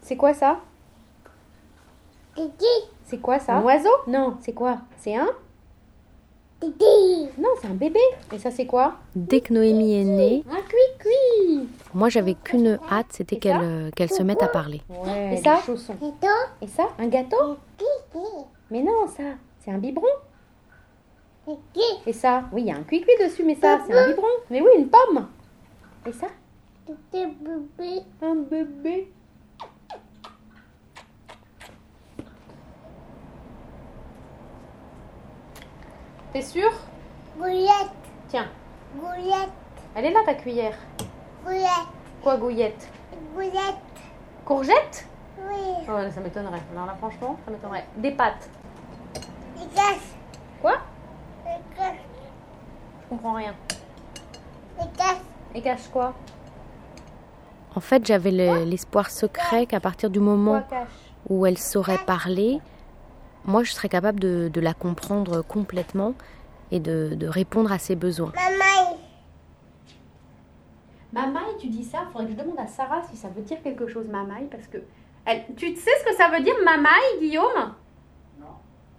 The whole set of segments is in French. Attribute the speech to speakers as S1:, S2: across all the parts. S1: C'est quoi ça
S2: Titi,
S1: C'est quoi ça Un oiseau Non, c'est quoi C'est un
S2: titi.
S1: Non, c'est un bébé. Et ça, c'est quoi
S3: Dès que Noémie est née,
S1: Un cuicui.
S3: moi j'avais qu'une hâte, c'était
S1: Et
S3: qu'elle
S1: ça
S3: euh, qu'elle se mette à parler.
S1: Et ça
S2: Tito,
S1: Et ça Un gâteau
S2: titi,
S1: Mais non, ça, c'est un biberon.
S2: titi,
S1: Et ça Oui, il y a un cuicui dessus, mais ça, c'est un biberon. Mais oui, une pomme. Et ça
S2: titi, bébé.
S1: Un bébé. T'es sûr
S2: Goulette,
S1: Tiens,
S2: goulette,
S1: elle est là ta cuillère.
S2: goulette,
S1: Quoi, Gouillette
S2: goulette.
S1: Courgette
S2: Oui,
S1: Ouais, Oh, ça m'étonnerait. Alors là, franchement, ça m'étonnerait. Des pâtes.
S2: les casse,
S1: Quoi
S2: les casse,
S1: Je comprends rien.
S2: les casse.
S1: Et cache quoi
S3: En fait, j'avais le- l'espoir secret qu'à partir du moment
S1: cache
S3: où elle saurait parler, moi je serais capable de, de la comprendre complètement et de, de répondre à ses besoins.
S2: Maman,
S1: Mamaï, tu dis ça Faudrait que je demande à Sarah si ça veut dire quelque chose, mamaï, parce que. Elle... Tu sais ce que ça veut dire, mamaï, Guillaume Non.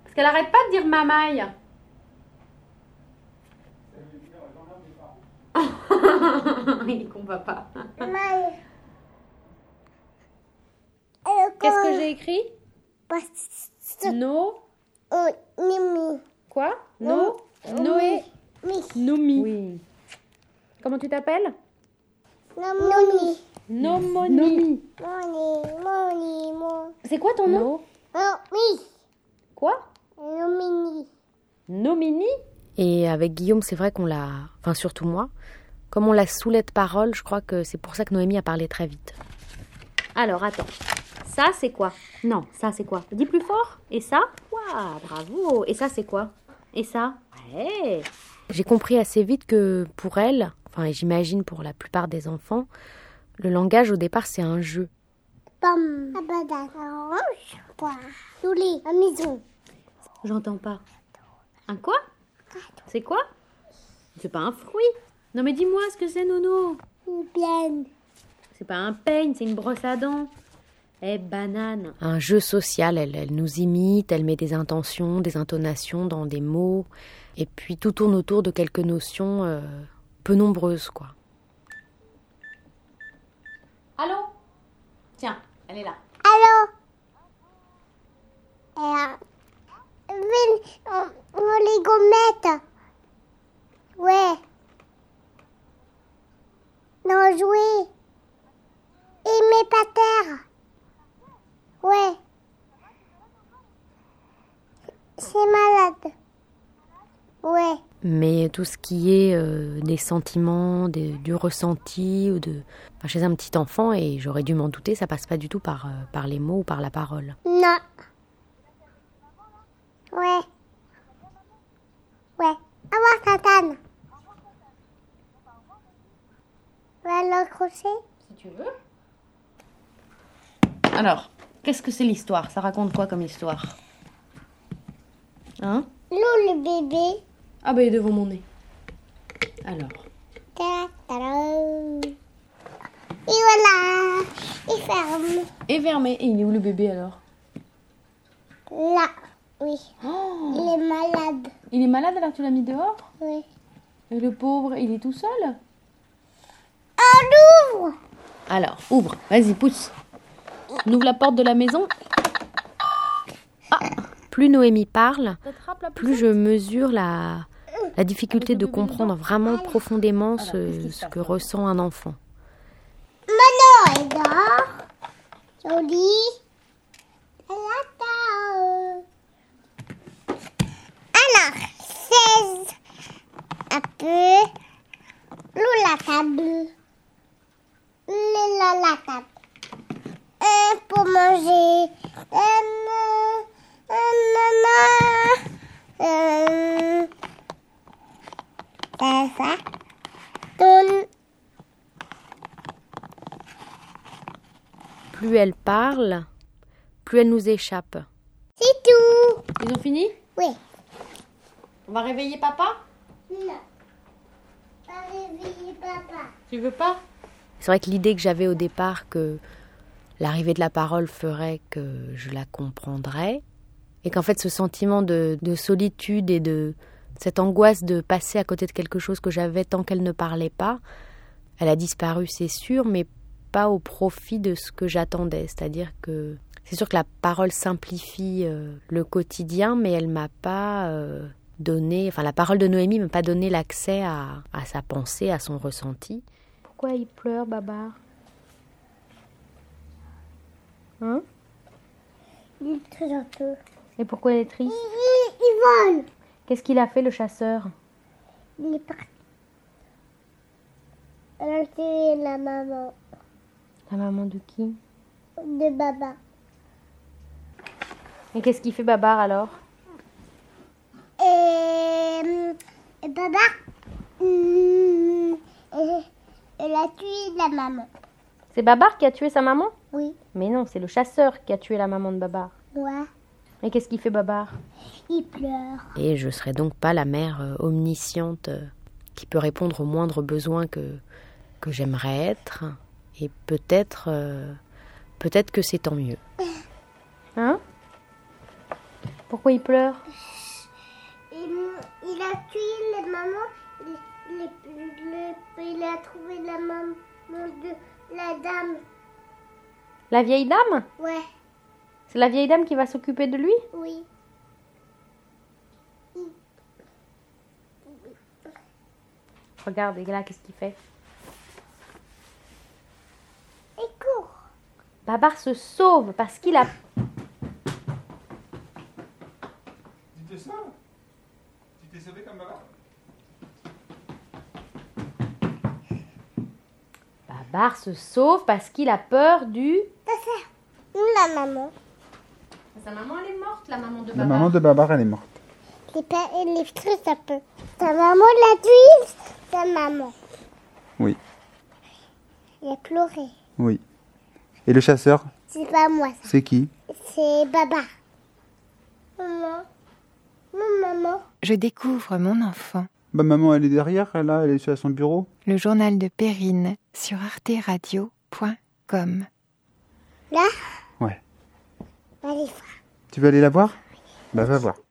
S1: Parce qu'elle arrête pas de dire mamaï. Il est con, papa.
S2: maman.
S1: Qu'est-ce que j'ai écrit
S2: Parce que
S1: No.
S2: on est
S1: Quoi No. Noé.
S2: mis,
S1: Nomi. Oui. Comment tu t'appelles
S2: non, moni,
S1: Nomoni.
S2: moni, moni, moni,
S1: C'est quoi ton nom
S2: non, oui,
S1: Quoi
S2: non, mini,
S1: Nomini
S3: Et avec Guillaume, c'est vrai qu'on l'a. Enfin, surtout moi. Comme on la saoulait de parole, je crois que c'est pour ça que Noémie a parlé très vite.
S1: Alors attends. Ça c'est quoi Non, ça c'est quoi Dis plus fort. Et ça Waouh, bravo. Et ça c'est quoi Et ça Ouais.
S3: J'ai compris assez vite que pour elle, enfin, et j'imagine pour la plupart des enfants, le langage au départ c'est un jeu.
S2: pomme, abada, orange, quoi, tous les, à maison,
S1: J'entends pas. Un quoi C'est quoi C'est pas un fruit. Non mais dis-moi ce que c'est Nono.
S2: une plaine,
S1: C'est pas un peigne, c'est une brosse à dents. Eh banane.
S3: Un jeu social, elle, elle nous imite, elle met des intentions, des intonations dans des mots, et puis tout tourne autour de quelques notions euh, peu nombreuses, quoi.
S1: Allô Tiens, elle est là.
S2: Allô Euh, Vin, on, on les gommettes. Ouais. Non, jouer. Et mes pas terre. Ouais. C'est malade. Ouais.
S3: Mais tout ce qui est euh, des sentiments, des- du ressenti ou de enfin, chez un petit enfant et j'aurais dû m'en douter, ça passe pas du tout par euh, par les mots ou par la parole.
S2: Non. Ouais. Ouais. Au revoir, Satan. On va l'accrocher.
S1: Si tu veux.
S4: Alors, qu'est-ce que c'est l'histoire Ça raconte quoi comme histoire Hein
S2: Lou, le bébé.
S4: Ah ben, il est devant mon nez. Alors,
S2: Ta ta Et voilà. Il ferme.
S4: et fermé. Et il est où le bébé alors
S2: Là. Oui. Il est malade.
S4: Il est malade alors tu l'as mis dehors
S2: Oui.
S4: Et le pauvre, il est tout seul
S2: On l'ouvre.
S4: Alors, ouvre, vas-y, pousse. On ouvre la porte de la maison. Ah.
S3: Plus Noémie parle, plus je mesure la la difficulté de comprendre vraiment profondément ce, ce que ressent un enfant.
S2: Maintenant, il dort. Joli. Attends. Alors, 16. Un peu. Lou la table. Lou la la table. Un pour manger. Un, euh, un, un, un, euh, c'est ça. Donne.
S3: Plus elle parle, plus elle nous échappe.
S2: C'est tout.
S4: Ils ont fini
S2: Oui.
S4: On va réveiller papa
S2: Non. Pas réveiller papa.
S4: Tu veux pas
S3: C'est vrai que l'idée que j'avais au départ que l'arrivée de la parole ferait que je la comprendrais, et qu'en fait ce sentiment de, de solitude et de cette angoisse de passer à côté de quelque chose que j'avais tant qu'elle ne parlait pas, elle a disparu, c'est sûr, mais pas au profit de ce que j'attendais. C'est-à-dire que c'est sûr que la parole simplifie euh, le quotidien, mais elle m'a pas euh, donné, enfin la parole de Noémie m'a pas donné l'accès à, à sa pensée, à son ressenti.
S1: Pourquoi il pleure, Babar Hein
S2: Il est très honteux.
S1: Et pourquoi elle est triste
S2: Il, il vole.
S1: Qu'est-ce qu'il a fait le chasseur
S2: Il est parti. Elle a tué la maman
S1: La maman de qui
S2: de Baba.
S1: Et qu'est-ce qu'il fait Babar alors
S2: Et, hum, et Baba, hum, et- elle a tué la maman.
S1: C'est Babar qui a tué sa maman
S2: Oui,
S1: Mais non, c'est le chasseur qui a tué la maman de Babar.
S2: moi,
S1: Et qu'est-ce qu'il fait Babar
S2: il pleure.
S3: Et je serais donc pas la mère euh, omnisciente euh, qui peut répondre aux moindres besoins que, que j'aimerais être. Et peut-être, euh, peut-être que c'est tant mieux.
S1: Hein Pourquoi il pleure
S2: Et, hum, il a tué la maman. Il, il- le- il a trouvé la maman de la dame.
S1: La vieille dame
S2: Ouais,
S1: C'est la vieille dame qui va s'occuper de lui
S2: oui.
S1: Regarde, et là, qu'est-ce qu'il fait
S2: Et court.
S1: Babar se sauve parce qu'il a...
S5: Tu t'es sauvé Tu t'es sauvé comme Baba
S1: Babar se sauve parce qu'il a peur du...
S2: La maman.
S1: Sa maman, elle est morte, la maman de
S5: La maman de Babar, elle est morte.
S2: C'est pas, elle est triste un peu. Ta maman l'a tué, ta maman.
S5: Oui.
S2: Il a pleuré.
S5: Oui. Et le chasseur,
S2: C'est pas moi, ça.
S5: c'est qui
S2: C'est Baba. Maman. Mon maman.
S6: Je découvre mon enfant.
S5: Bah maman, elle est derrière, là, elle est à son bureau.
S6: Le journal de Perrine sur arteradio.com.
S2: Là
S5: Ouais.
S2: Allez, va.
S5: Tu veux aller la voir Bah va voir.